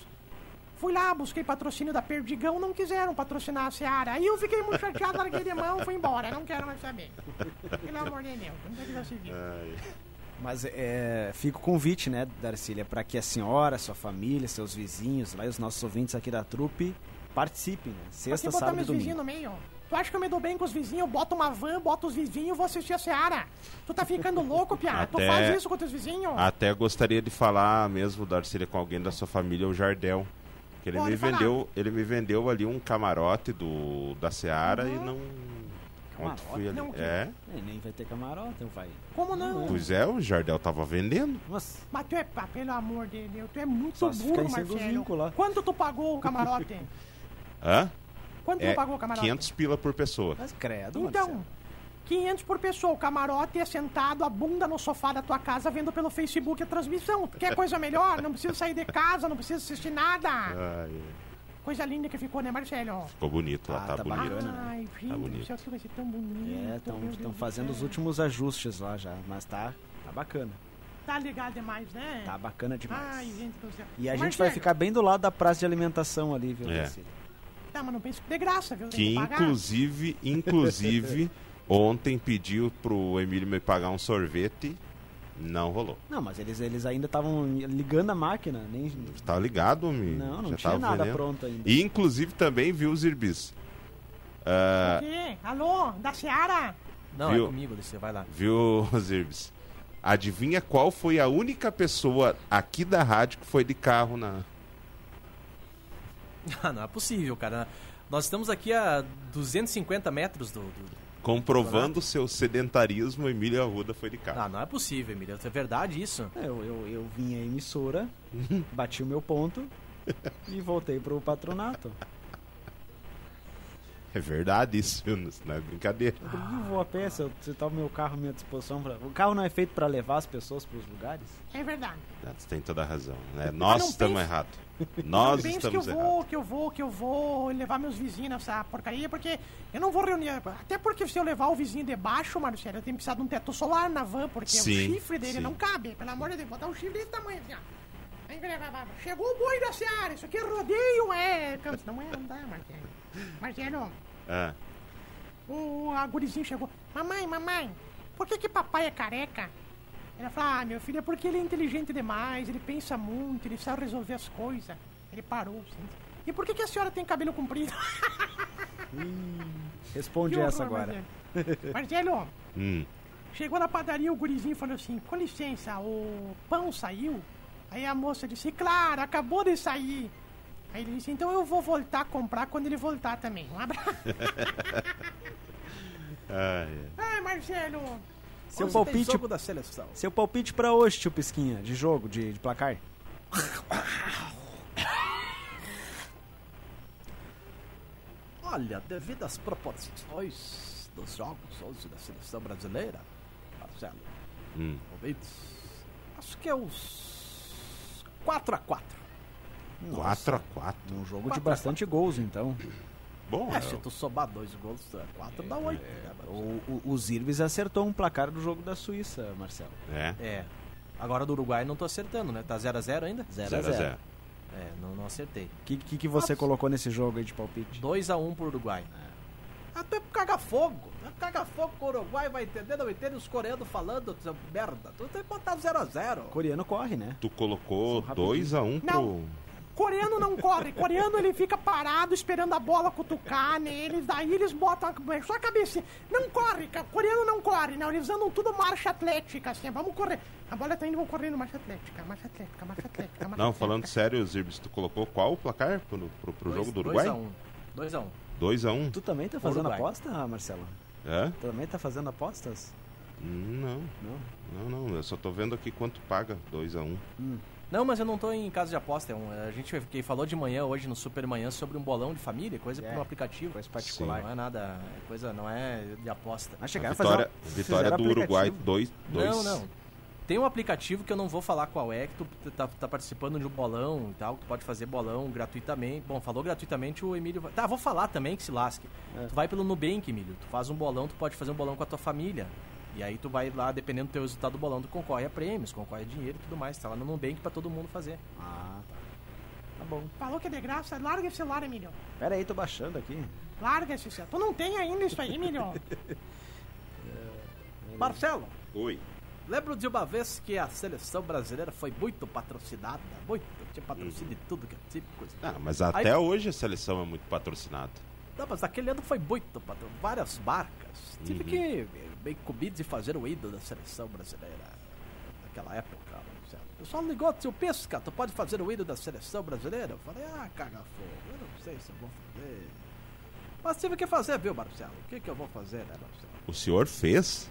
Speaker 1: Fui lá, busquei patrocínio da Perdigão, não quiseram patrocinar a Seara. Aí eu fiquei muito chateado, larguei de mão, fui embora. Não quero mais saber. Pelo amor de Deus, não tem que dar seguir.
Speaker 3: É.
Speaker 2: Ai,
Speaker 3: Mas é, fica o convite, né, Darcília, para que a senhora, sua família, seus vizinhos, lá e os nossos ouvintes aqui da trupe participem, né?
Speaker 1: Aqui
Speaker 3: Sexta,
Speaker 1: botar
Speaker 3: sábado e
Speaker 1: meus vizinhos
Speaker 3: domingo.
Speaker 1: no meio. Tu acha que eu me dou bem com os vizinhos? Bota uma van, bota os vizinhos, vou assistir a Seara. Tu tá ficando louco, Piá? Tu
Speaker 2: Até-
Speaker 1: faz isso com teus vizinhos?
Speaker 2: Até gostaria de falar mesmo, Darcília, com alguém da sua família, o Jardel. Que ele
Speaker 1: Pode
Speaker 2: me
Speaker 1: falar.
Speaker 2: vendeu, ele me vendeu ali um camarote do da Seara e não
Speaker 3: Camarote?
Speaker 2: Ontem fui ali.
Speaker 1: Não, que-
Speaker 2: é.
Speaker 3: É, nem vai ter camarota, vai.
Speaker 1: Como não?
Speaker 2: Pois é, o Jardel tava vendendo.
Speaker 3: Nossa,
Speaker 1: Mas tu é, pá, pelo amor de Deus, tu é muito
Speaker 3: Só se ficar
Speaker 1: burro,
Speaker 3: em cima do
Speaker 1: Marcelo.
Speaker 3: vinco lá.
Speaker 1: Quanto tu pagou o camarote?
Speaker 2: Hã?
Speaker 1: Quanto
Speaker 2: É,
Speaker 1: tu pagou o camarote?
Speaker 2: 500 pila por pessoa.
Speaker 3: mas credo,
Speaker 1: Então,
Speaker 3: Marcelo.
Speaker 1: 500 por pessoa. O camarote é sentado, a bunda no sofá da tua casa, vendo pelo Facebook a transmissão. Quer coisa melhor? Não precisa sair de casa, não precisa assistir nada.
Speaker 2: Ai, é.
Speaker 1: Coisa linda que ficou, né, Marcelo?
Speaker 2: ficou bonito, lá
Speaker 3: Ah,
Speaker 2: tá,
Speaker 3: tá
Speaker 2: bonito.
Speaker 3: bacana.
Speaker 1: Ai, gente,
Speaker 2: bonito.
Speaker 1: do céu, que vai ser tão bonito.
Speaker 3: É,
Speaker 1: Então, meu Deus
Speaker 3: estão
Speaker 1: do
Speaker 3: fazendo os
Speaker 1: céu.
Speaker 3: últimos ajustes lá já, mas tá, tá bacana.
Speaker 1: Tá ligado demais, né?
Speaker 3: Tá bacana demais.
Speaker 1: Ai, gente do céu.
Speaker 3: E a gente
Speaker 1: Marcelo,
Speaker 3: vai ficar bem do lado da praça de alimentação ali, viu,
Speaker 2: É.
Speaker 3: Darcília?
Speaker 1: Tá, mas não pensa de graça, viu? Tem
Speaker 2: Que
Speaker 1: pagar.
Speaker 2: inclusive, inclusive, ontem pediu pro Emílio me pagar um sorvete, não rolou.
Speaker 3: Não, mas eles, eles ainda estavam ligando a máquina, nem.
Speaker 2: Tá ligado, homem?
Speaker 3: Não, não
Speaker 2: Já
Speaker 3: tinha
Speaker 2: tava
Speaker 3: nada
Speaker 2: vendendo.
Speaker 3: pronto ainda.
Speaker 2: E inclusive também viu os Irbis. Ah,
Speaker 1: Aqui, alô, da Seara?
Speaker 4: Não,
Speaker 2: Viu?
Speaker 4: é comigo, Luciano, vai lá. [laughs]
Speaker 2: viu [laughs] os Irbis? Adivinha qual foi a única pessoa aqui da rádio que foi de carro na.
Speaker 4: Ah, não é possível, cara. Nós estamos aqui a 250 metros do. do-
Speaker 2: Comprovando seu sedentarismo, Emílio Arruda foi de carro.
Speaker 4: Ah, não é possível, Emílio. É verdade isso.
Speaker 3: Eu, eu, eu vim
Speaker 2: [laughs]
Speaker 3: à emissora, bati o meu ponto e voltei pro patronato.
Speaker 2: É verdade isso, viu? Isso não é brincadeira.
Speaker 1: Ah.
Speaker 3: Eu falei, "Ih, vou a pé, se, eu, se tá o meu carro à minha disposição. Pra... O carro não é feito para levar as pessoas pros lugares?
Speaker 1: É verdade.
Speaker 2: Ah, Você tem toda a razão. né?
Speaker 1: não
Speaker 2: Nós estamos
Speaker 1: pense- [laughs]
Speaker 2: errados. Nós
Speaker 1: Pensa que eu
Speaker 2: estamos
Speaker 1: vou,
Speaker 2: errados.
Speaker 1: que eu vou, que eu vou levar meus vizinhos nessa porcaria, porque eu não vou reunir. Até porque se eu levar o vizinho debaixo, Marcelo, eu tenho precisado de um teto solar na van, porque
Speaker 2: Sim,
Speaker 1: o chifre dele
Speaker 2: sim.
Speaker 1: não cabe. Pelo amor de Deus, botar um chifre desse tamanho assim, ó. Aí, vai, vai, vai. Chegou o boi da Seara, isso aqui é rodeio, é. canto. Não é, não dá, Marcelo. Marcelo,
Speaker 2: Ah,
Speaker 1: o Um, a gurizinha chegou. Mamãe, mamãe, por que que papai é careca? Ela falou, ah, meu filho, é porque ele é inteligente demais, ele pensa muito, ele sabe resolver as coisas. Ele parou, assim. E por que que a senhora tem cabelo comprido? [laughs]
Speaker 3: Responde
Speaker 1: Que horror,
Speaker 3: é
Speaker 1: é.
Speaker 3: essa agora.
Speaker 1: Marcelo. Marcelo,
Speaker 2: hum.
Speaker 1: chegou na padaria, o gurizinho falou assim, com licença, o pão saiu? Aí a moça disse, claro, acabou de sair. Aí ele disse, então eu vou voltar a comprar quando ele voltar também. Um abraço. [laughs]
Speaker 2: Ah, é.
Speaker 1: Ai, Marcelo,
Speaker 3: Seu
Speaker 4: Hoje tem
Speaker 3: um palpite,
Speaker 4: jogo da seleção.
Speaker 3: seu palpite para hoje, tio Pisquinha, de jogo, de, de placar?
Speaker 4: Olha, devido às proporções dos jogos hoje da seleção brasileira, Marcelo,
Speaker 2: Hum.
Speaker 4: ouvintes, acho que é os 4 a 4
Speaker 2: 4 a 4
Speaker 3: Um jogo de
Speaker 4: Quatro.
Speaker 3: bastante gols, então.
Speaker 2: Bom,
Speaker 4: É,
Speaker 2: é,
Speaker 4: se tu somar dois gols, 4 dá
Speaker 3: É,
Speaker 4: né, 8.
Speaker 3: O, o, o Zirbes acertou um placar do jogo da Suíça, Marcelo.
Speaker 2: é.
Speaker 4: É. Agora do Uruguai não tô acertando, né? Tá 0 a 0 ainda?
Speaker 3: 0 a
Speaker 2: 0 a
Speaker 3: 0
Speaker 2: 0
Speaker 4: É, não, não acertei.
Speaker 3: O que, que, que você colocou nesse jogo aí de palpite?
Speaker 4: 2 a 1 pro Uruguai. É. Até pro caga-fogo. Até pro caga-fogo com o Uruguai vai entender, não entende os coreanos falando, seu merda. Tu tem que botar 0 a 0
Speaker 3: Coreano corre, né?
Speaker 2: Tu colocou
Speaker 3: Só rapidinho.
Speaker 2: 2 a 1 um pro.
Speaker 1: Não. Coreano não corre, coreano ele fica parado esperando a bola cutucar neles, daí eles botam a- só a cabeça. Não corre, ca- coreano não corre, não, eles andam tudo marcha atlética, assim, vamos correr. A bola tá indo, vão correndo, marcha atlética, marcha atlética, marcha atlética. Marcha
Speaker 2: Não,
Speaker 1: atlética.
Speaker 2: falando sério, Zirbis, tu colocou qual o placar pro, pro, pro jogo do Uruguai?
Speaker 4: 2x1. 2x1.
Speaker 2: 2 a É? 1
Speaker 3: Tu também tá fazendo
Speaker 4: Uruguai.
Speaker 3: aposta, Marcelo?
Speaker 2: Hã?
Speaker 3: Tu também tá fazendo apostas?
Speaker 2: Não, não,
Speaker 3: Não.
Speaker 2: não. Eu só tô vendo aqui quanto paga. 2 a 1
Speaker 4: Não, mas eu não tô em casa de aposta. é um- A gente que falou de manhã hoje no Supermanhã sobre um bolão de família, coisa
Speaker 3: É,
Speaker 4: por um aplicativo.
Speaker 3: Coisa particular.
Speaker 4: Não é nada, é coisa não é de aposta.
Speaker 3: Mas
Speaker 2: A
Speaker 3: chegaram a fazer
Speaker 2: vitória,
Speaker 3: uma-
Speaker 2: vitória
Speaker 3: fizeram
Speaker 2: do Uruguai
Speaker 3: aplicativo.
Speaker 2: 2
Speaker 4: Não, não. Tem um aplicativo que eu não vou falar qual é, que tu t- tá, tá participando de um bolão e tal, que tu pode fazer bolão gratuitamente. Bom, falou gratuitamente, o Emílio vai... Tá, vou falar também, que se lasque. Tu vai pelo Nubank, Emílio. Tu faz um bolão, tu pode fazer um bolão com a tua família. E aí tu vai lá, dependendo do teu resultado do bolão, tu concorre a prêmios, concorre a dinheiro e tudo mais. Tá lá no Nubank pra todo mundo fazer.
Speaker 3: Ah, tá. Tá bom.
Speaker 1: Falou que é de graça. Larga esse celular, Emílio.
Speaker 3: tá. Pera aí, tô baixando aqui.
Speaker 1: Larga esse celular. Tu não tem ainda isso aí, Emílio.
Speaker 4: Marcelo,
Speaker 2: Oi.
Speaker 4: lembro de uma vez que a seleção brasileira foi muito patrocinada, muito. Tinha patrocínio de tudo que é tipo de coisa.
Speaker 2: Ah, mas até hoje a seleção é muito patrocinada.
Speaker 4: Não, mas naquele ano foi muito, patrão. Várias marcas.
Speaker 2: Uhum.
Speaker 4: Tive que eh, bem comido de fazer o ídolo da seleção brasileira. Naquela época, Marcelo. O pessoal ligou, tio Pisca, tu pode fazer o ídolo da seleção brasileira? Eu falei, ah, caga fogo, eu não sei se eu vou fazer. Mas tive que fazer, viu, Marcelo? O que, que eu vou fazer, né, Marcelo?
Speaker 2: O senhor fez?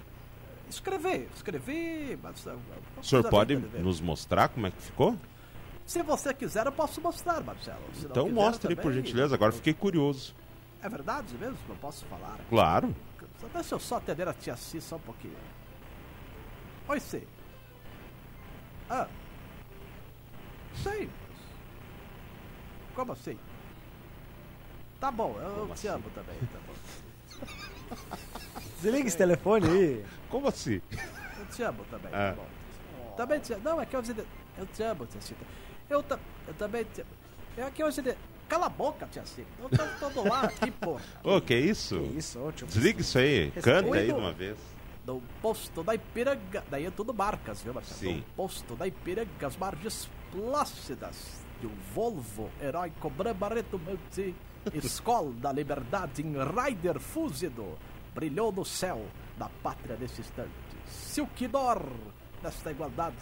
Speaker 4: Escrever, escrevi, Marcelo.
Speaker 2: O senhor pode nos mostrar como é que ficou?
Speaker 4: assim Se você quiser, eu posso mostrar, Marcelo. Se não
Speaker 2: Então
Speaker 4: quiser
Speaker 2: mostre aí, por
Speaker 4: também,
Speaker 2: gentileza. Agora fiquei curioso.
Speaker 4: É verdade mesmo? Eu posso falar aqui.
Speaker 2: Claro.
Speaker 4: Só Deixa eu só atender a tia Si só um pouquinho. Oi, Si. Ah. Sei. Como assim? Tá bom, eu
Speaker 2: Como
Speaker 4: te
Speaker 2: assim?
Speaker 4: amo também. Tá bom.
Speaker 3: Desliga esse telefone aí.
Speaker 2: Como assim?
Speaker 4: Eu te amo também,
Speaker 2: Ah.
Speaker 4: tá bom. Também te amo. Não, é que eu te... Eu te amo, tia Si. Eu, ta... eu também te amo. É que eu te... Cala a boca, tia Si. Eu tô, tô do lado aqui, porra.
Speaker 2: Ô, que isso?
Speaker 3: Que isso, ô, tio.
Speaker 2: Desliga isso aí. Canta aí de uma vez.
Speaker 4: do um posto da Ipiranga. Daí é tudo marcas, viu, Marcelo?
Speaker 2: Sim.
Speaker 4: Do posto da Ipiranga, as margens plácidas de um Volvo herói Cobra Barreto Monte, Escola da Liberdade em Rider Fúzido, brilhou no céu da pátria nesse instante. Silkidor, nesta igualdade,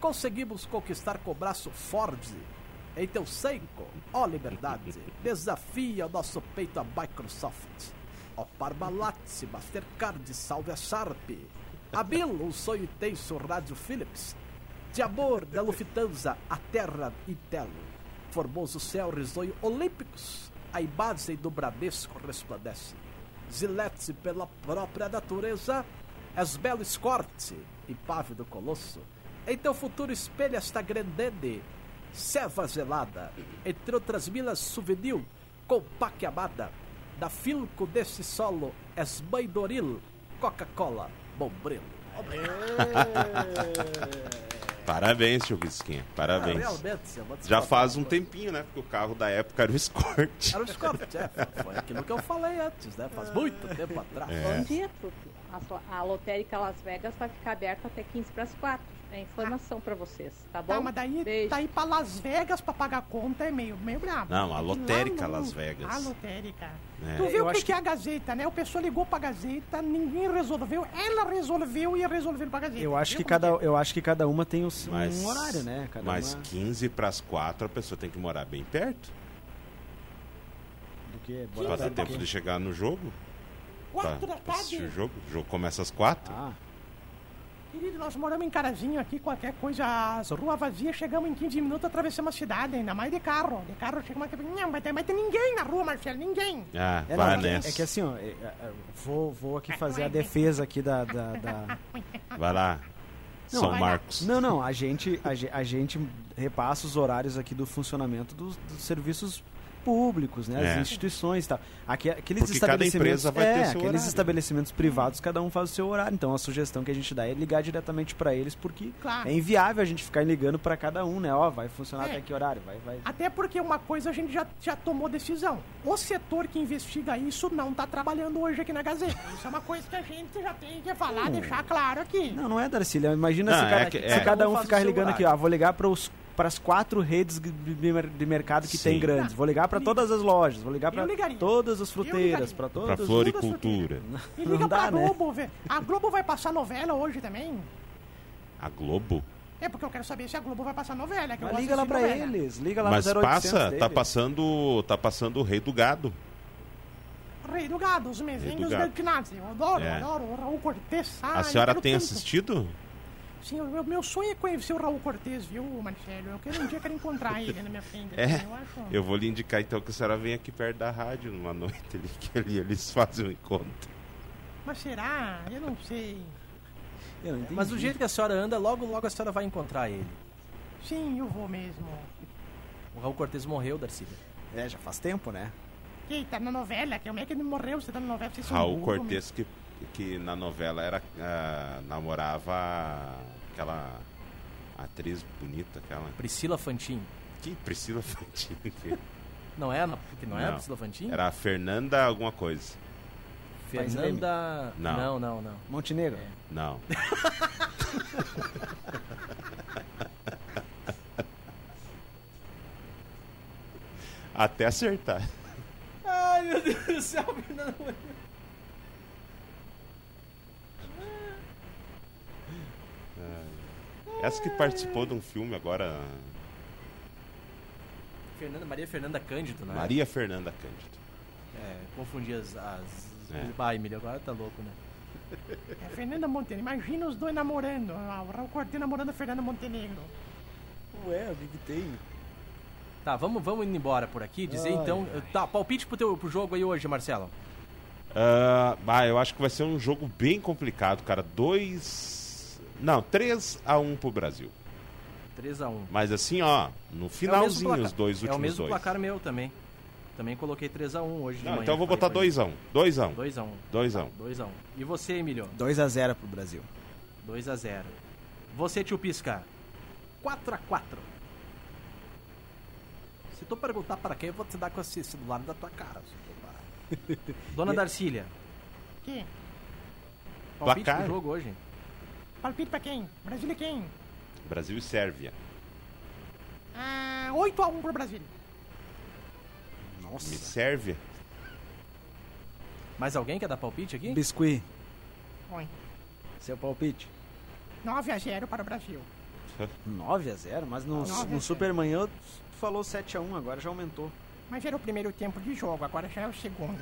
Speaker 4: conseguimos conquistar com o braço Ford, em teu seio, ó liberdade, desafia o nosso peito a Microsoft. Ó Parmalat, Mastercard, salve a Sharp. Abil, um sonho intenso, Rádio Philips. De amor da Lufthansa, a terra Itelo. Formoso céu, risonho olímpicos. A imagem do Bradesco resplandece. Gillette pela própria natureza, és belo escorte e pávido colosso. Em teu futuro espelha esta grandene, ceva zelada, entre outras milas souvenir, compaque amada, da filco desse solo, és mãe doril, Coca-Cola, bombril.
Speaker 2: Parabéns, tio Bisquinha. Parabéns.
Speaker 4: Ah, realmente, eu vou te
Speaker 2: Já
Speaker 4: falar
Speaker 2: faz um
Speaker 4: uma coisa.
Speaker 2: tempinho, né? Porque o carro da época era o Escort.
Speaker 4: Era o Scott, é, foi aquilo que eu falei antes, né? Faz muito tempo atrás.
Speaker 2: É.
Speaker 5: Bom um dia, Tupi. A, sua- a lotérica Las Vegas vai ficar aberta até 15 para as 4. É informação pra vocês, tá bom?
Speaker 1: Ah. Tá, mas daí
Speaker 5: Beijo.
Speaker 1: tá ir pra Las Vegas pra pagar conta é meio, meio brabo.
Speaker 2: Não, a
Speaker 1: Lá
Speaker 2: lotérica
Speaker 1: no-
Speaker 2: Las Vegas.
Speaker 1: A lotérica.
Speaker 2: É.
Speaker 1: Tu viu
Speaker 3: Eu
Speaker 1: o que,
Speaker 3: acho
Speaker 1: que é a Gazeta, né? O pessoal ligou pra Gazeta, ninguém resolveu. Ela resolveu e resolveu pra Gazeta.
Speaker 3: Eu acho
Speaker 1: Viu
Speaker 3: que
Speaker 1: como
Speaker 3: cada,
Speaker 1: é?
Speaker 3: eu acho que cada uma tem o seu-
Speaker 2: Mas,
Speaker 3: um horário, né? Cada
Speaker 2: mas
Speaker 3: uma
Speaker 2: 15 para as 4 a pessoa tem que morar bem perto.
Speaker 3: do que é
Speaker 2: Pra
Speaker 3: bora
Speaker 2: dar
Speaker 3: do
Speaker 2: tempo
Speaker 3: quê?
Speaker 2: de chegar no jogo.
Speaker 1: é? Quatro
Speaker 2: pra
Speaker 1: da
Speaker 2: pra assistir o
Speaker 1: tarde.
Speaker 2: jogo. O jogo começa às 4.
Speaker 3: Ah,
Speaker 1: Querido, nós moramos em Carazinho aqui, qualquer coisa, as ruas vazias, chegamos em 15 minutos, atravessamos a cidade, ainda mais de carro. De carro chegamos aqui, não, mas tem, mas tem ninguém na rua, Marcelo, ninguém.
Speaker 2: Ah,
Speaker 3: é, não,
Speaker 2: vai
Speaker 3: é que-
Speaker 2: nessa.
Speaker 3: é que assim, ó, é- é- eu vou, vou aqui fazer a defesa aqui da- da- da,
Speaker 2: Vai lá.
Speaker 3: assim. Não,
Speaker 2: São
Speaker 1: vai lá.
Speaker 2: Marcos.
Speaker 3: Não, não, a gente, a, ge- a gente repassa os horários aqui do funcionamento dos, dos serviços públicos, né? As
Speaker 2: É.
Speaker 3: instituições e tal. Aque- aqueles
Speaker 2: Porque cada
Speaker 3: estabelecimentos,
Speaker 2: empresa vai
Speaker 3: é,
Speaker 2: ter seu
Speaker 3: aqueles
Speaker 2: horário.
Speaker 3: estabelecimentos privados, cada um faz o seu horário. Então a sugestão que a gente dá é ligar diretamente para eles, porque
Speaker 1: Claro.
Speaker 3: é inviável a gente ficar ligando para cada um, né? Ó, vai funcionar
Speaker 1: É.
Speaker 3: até que horário? Vai, vai.
Speaker 1: Até porque uma coisa a gente já, já tomou decisão. O setor que investiga isso não tá trabalhando hoje aqui na Gazeta. Isso é uma coisa que a gente já tem que falar, deixar claro aqui.
Speaker 3: Hum. Não, não é, Darcília. Imagina
Speaker 2: Não,
Speaker 3: se,
Speaker 2: é
Speaker 3: cada,
Speaker 2: que-
Speaker 3: se
Speaker 2: é.
Speaker 3: cada
Speaker 4: Cada um
Speaker 3: um
Speaker 4: faz o
Speaker 3: ficar
Speaker 4: seu
Speaker 3: ligando aqui,
Speaker 4: horário.
Speaker 3: ó, vou ligar para as quatro redes de- de mer- de mercado que
Speaker 2: Sim.
Speaker 3: tem grandes. Vou ligar para
Speaker 1: Liga.
Speaker 3: todas as lojas, vou ligar para
Speaker 1: Eu ligaria.
Speaker 3: todas as
Speaker 1: ligaria.
Speaker 3: fruteiras, para
Speaker 2: Pra
Speaker 3: todas as [laughs]
Speaker 2: floricultura.
Speaker 1: E liga
Speaker 3: Não dá,
Speaker 1: pra
Speaker 3: né?
Speaker 1: Globo, vê. A Globo vai passar novela hoje também?
Speaker 2: A Globo.
Speaker 1: É porque eu quero saber se a Globo vai passar novela. Que eu
Speaker 3: Mas
Speaker 1: gosto
Speaker 3: liga lá
Speaker 1: de
Speaker 3: pra
Speaker 1: novela.
Speaker 3: eles, liga lá
Speaker 2: Mas
Speaker 3: no 0800
Speaker 2: passa, tá
Speaker 3: deles.
Speaker 2: passando. Tá passando o rei do gado.
Speaker 1: Rei do Gado, os mesenhos
Speaker 2: Gado.
Speaker 1: do Gnazzi. Eu adoro,
Speaker 2: É.
Speaker 1: adoro. O Raul Cortez.
Speaker 3: Ah,
Speaker 2: A senhora tem assistido?
Speaker 1: Sim, o meu, meu sonho é conhecer o Raul Cortez, viu, Marcelo? Eu quero um dia quero encontrar ele na minha frente.
Speaker 2: [laughs] É,
Speaker 1: assim, Eu acho.
Speaker 2: Eu vou lhe indicar então que a senhora vem aqui perto da rádio numa [laughs] noite ali, que ali eles fazem um encontro.
Speaker 1: Mas será? Eu não sei.
Speaker 3: Eu não entendi.
Speaker 4: Mas do jeito que a senhora anda, logo, logo a senhora vai encontrar ele.
Speaker 1: Sim, eu vou mesmo.
Speaker 4: O Raul Cortez morreu, Darcília.
Speaker 3: É, já faz tempo, né?
Speaker 1: Quem tá na novela? Como é que ele morreu? Você tá na novela? Você
Speaker 2: Raul Cortez, que, que na novela era, ah, namorava aquela atriz bonita, aquela.
Speaker 4: Priscila Fantin.
Speaker 2: Que Priscila [laughs] Fantini.
Speaker 4: Não é? Não, que não, é a
Speaker 2: Não.
Speaker 4: Priscila Fantin?
Speaker 2: Era a Fernanda alguma coisa.
Speaker 4: Fernanda.
Speaker 2: Não.
Speaker 4: não, não. não.
Speaker 3: Montenegro.
Speaker 2: Não. [laughs] Até acertar.
Speaker 4: Ai, meu Deus do céu, Fernanda.
Speaker 2: Essa que participou de um filme agora,
Speaker 4: Fernanda Maria Fernanda Cândido, né?
Speaker 2: Maria Fernanda Cândido.
Speaker 4: É, confundi as. as...
Speaker 2: É.
Speaker 4: Ai, Emílio, agora tá louco, né?
Speaker 1: É Fernanda Montenegro. Imagina os dois namorando. Ah, O Raul Cortez namorando a Fernanda Montenegro.
Speaker 3: Ué, o que, que tem?
Speaker 4: Tá, vamos, vamos indo embora por aqui. Dizer
Speaker 3: Ai,
Speaker 4: então. Tá, palpite pro, teu, pro jogo aí hoje, Marcelo.
Speaker 2: Ah, bah, eu acho que vai ser um jogo bem complicado, cara. Dois. Não, 3 a 1 pro Brasil.
Speaker 4: 3x1.
Speaker 2: Mas assim, ó, no finalzinho os dois últimos
Speaker 4: É o mesmo
Speaker 2: dois.
Speaker 4: placar meu também. Também coloquei 3x1 hoje de
Speaker 2: Não,
Speaker 4: manhã.
Speaker 2: então eu vou botar 2x1. 2x1.
Speaker 4: 2x1.
Speaker 2: 2x1.
Speaker 4: 2x1. E você, Emílio?
Speaker 3: 2x0 pro Brasil.
Speaker 4: 2x0. Você, tio Pisca? 4x4. Se tu perguntar para quem, eu vou te dar com esse celular da tua cara. se tu parar. Dona Darcília,
Speaker 1: Que?
Speaker 4: palpite
Speaker 2: Placar?
Speaker 4: do jogo hoje.
Speaker 1: Palpite pra quem? Brasil e quem?
Speaker 2: Brasil e Sérvia.
Speaker 1: Ah, 8x1 pro Brasil.
Speaker 2: Me
Speaker 3: Nossa.
Speaker 2: Sérvia?
Speaker 4: Mais alguém quer dar palpite aqui?
Speaker 3: Biscuit,
Speaker 1: Oi.
Speaker 3: seu palpite?
Speaker 1: 9x0 para o Brasil.
Speaker 3: 9x0, mas no,
Speaker 1: Nove a
Speaker 3: no
Speaker 1: zero.
Speaker 3: Supermanhã tu falou 7x1, agora já aumentou.
Speaker 1: Mas era o primeiro tempo de jogo, agora já é o segundo.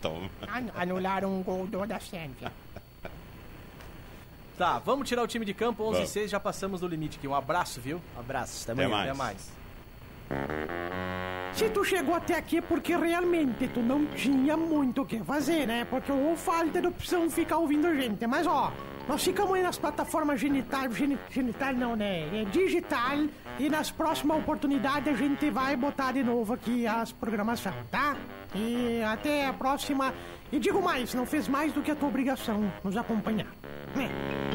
Speaker 2: Toma.
Speaker 1: An- Anularam um gol do da Sérvia.
Speaker 4: Tá, vamos tirar o time de campo. 11 e
Speaker 2: Vamos.
Speaker 4: 6, já passamos do limite aqui. Um abraço, viu?
Speaker 3: Abraço, até
Speaker 2: Até
Speaker 3: amanhã.
Speaker 2: mais.
Speaker 4: Até mais.
Speaker 1: Se tu chegou até aqui é porque realmente tu não tinha muito o que fazer, né? Porque ou falta de opção ficar ouvindo a gente. Mas ó, nós ficamos aí nas plataformas genital, geni- genital não, né? É digital. E nas próximas oportunidades a gente vai botar de novo aqui as programações, tá? E até a próxima. E digo mais, não fez mais do que a tua obrigação nos acompanhar. Né?